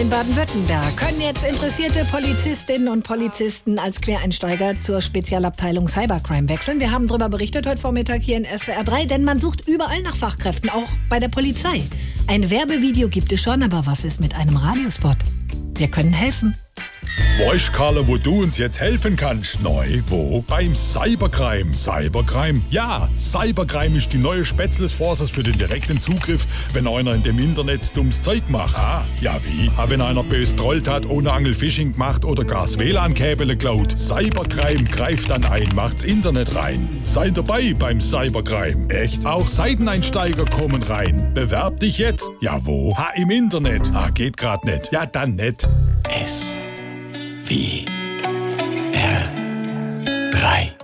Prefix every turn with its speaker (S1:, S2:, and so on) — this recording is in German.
S1: In Baden-Württemberg können jetzt interessierte Polizistinnen und Polizisten als Quereinsteiger zur Spezialabteilung Cybercrime wechseln. Wir haben darüber berichtet heute Vormittag hier in SWR 3, denn man sucht überall nach Fachkräften, auch bei der Polizei. Ein Werbevideo gibt es schon, aber was ist mit einem Radiospot? Wir können helfen.
S2: Weißt Karle, wo du uns jetzt helfen kannst? Neu, wo? Beim Cybercrime. Cybercrime? Ja, Cybercrime ist die neue Spätzles-Forces für den direkten Zugriff, wenn einer in dem Internet dummes Zeug macht. Ah, ja wie? Ah, wenn einer bös trollt hat, ohne Angel Phishing gemacht oder gar das WLAN-Käbele klaut. Cybercrime greift dann ein, macht's Internet rein. Seid dabei beim Cybercrime. Echt? Auch Seiteneinsteiger kommen rein. Bewerb dich jetzt. Ja, wo? Ha, im Internet. Ah, geht grad nicht. Ja, dann nicht.
S3: S. Wie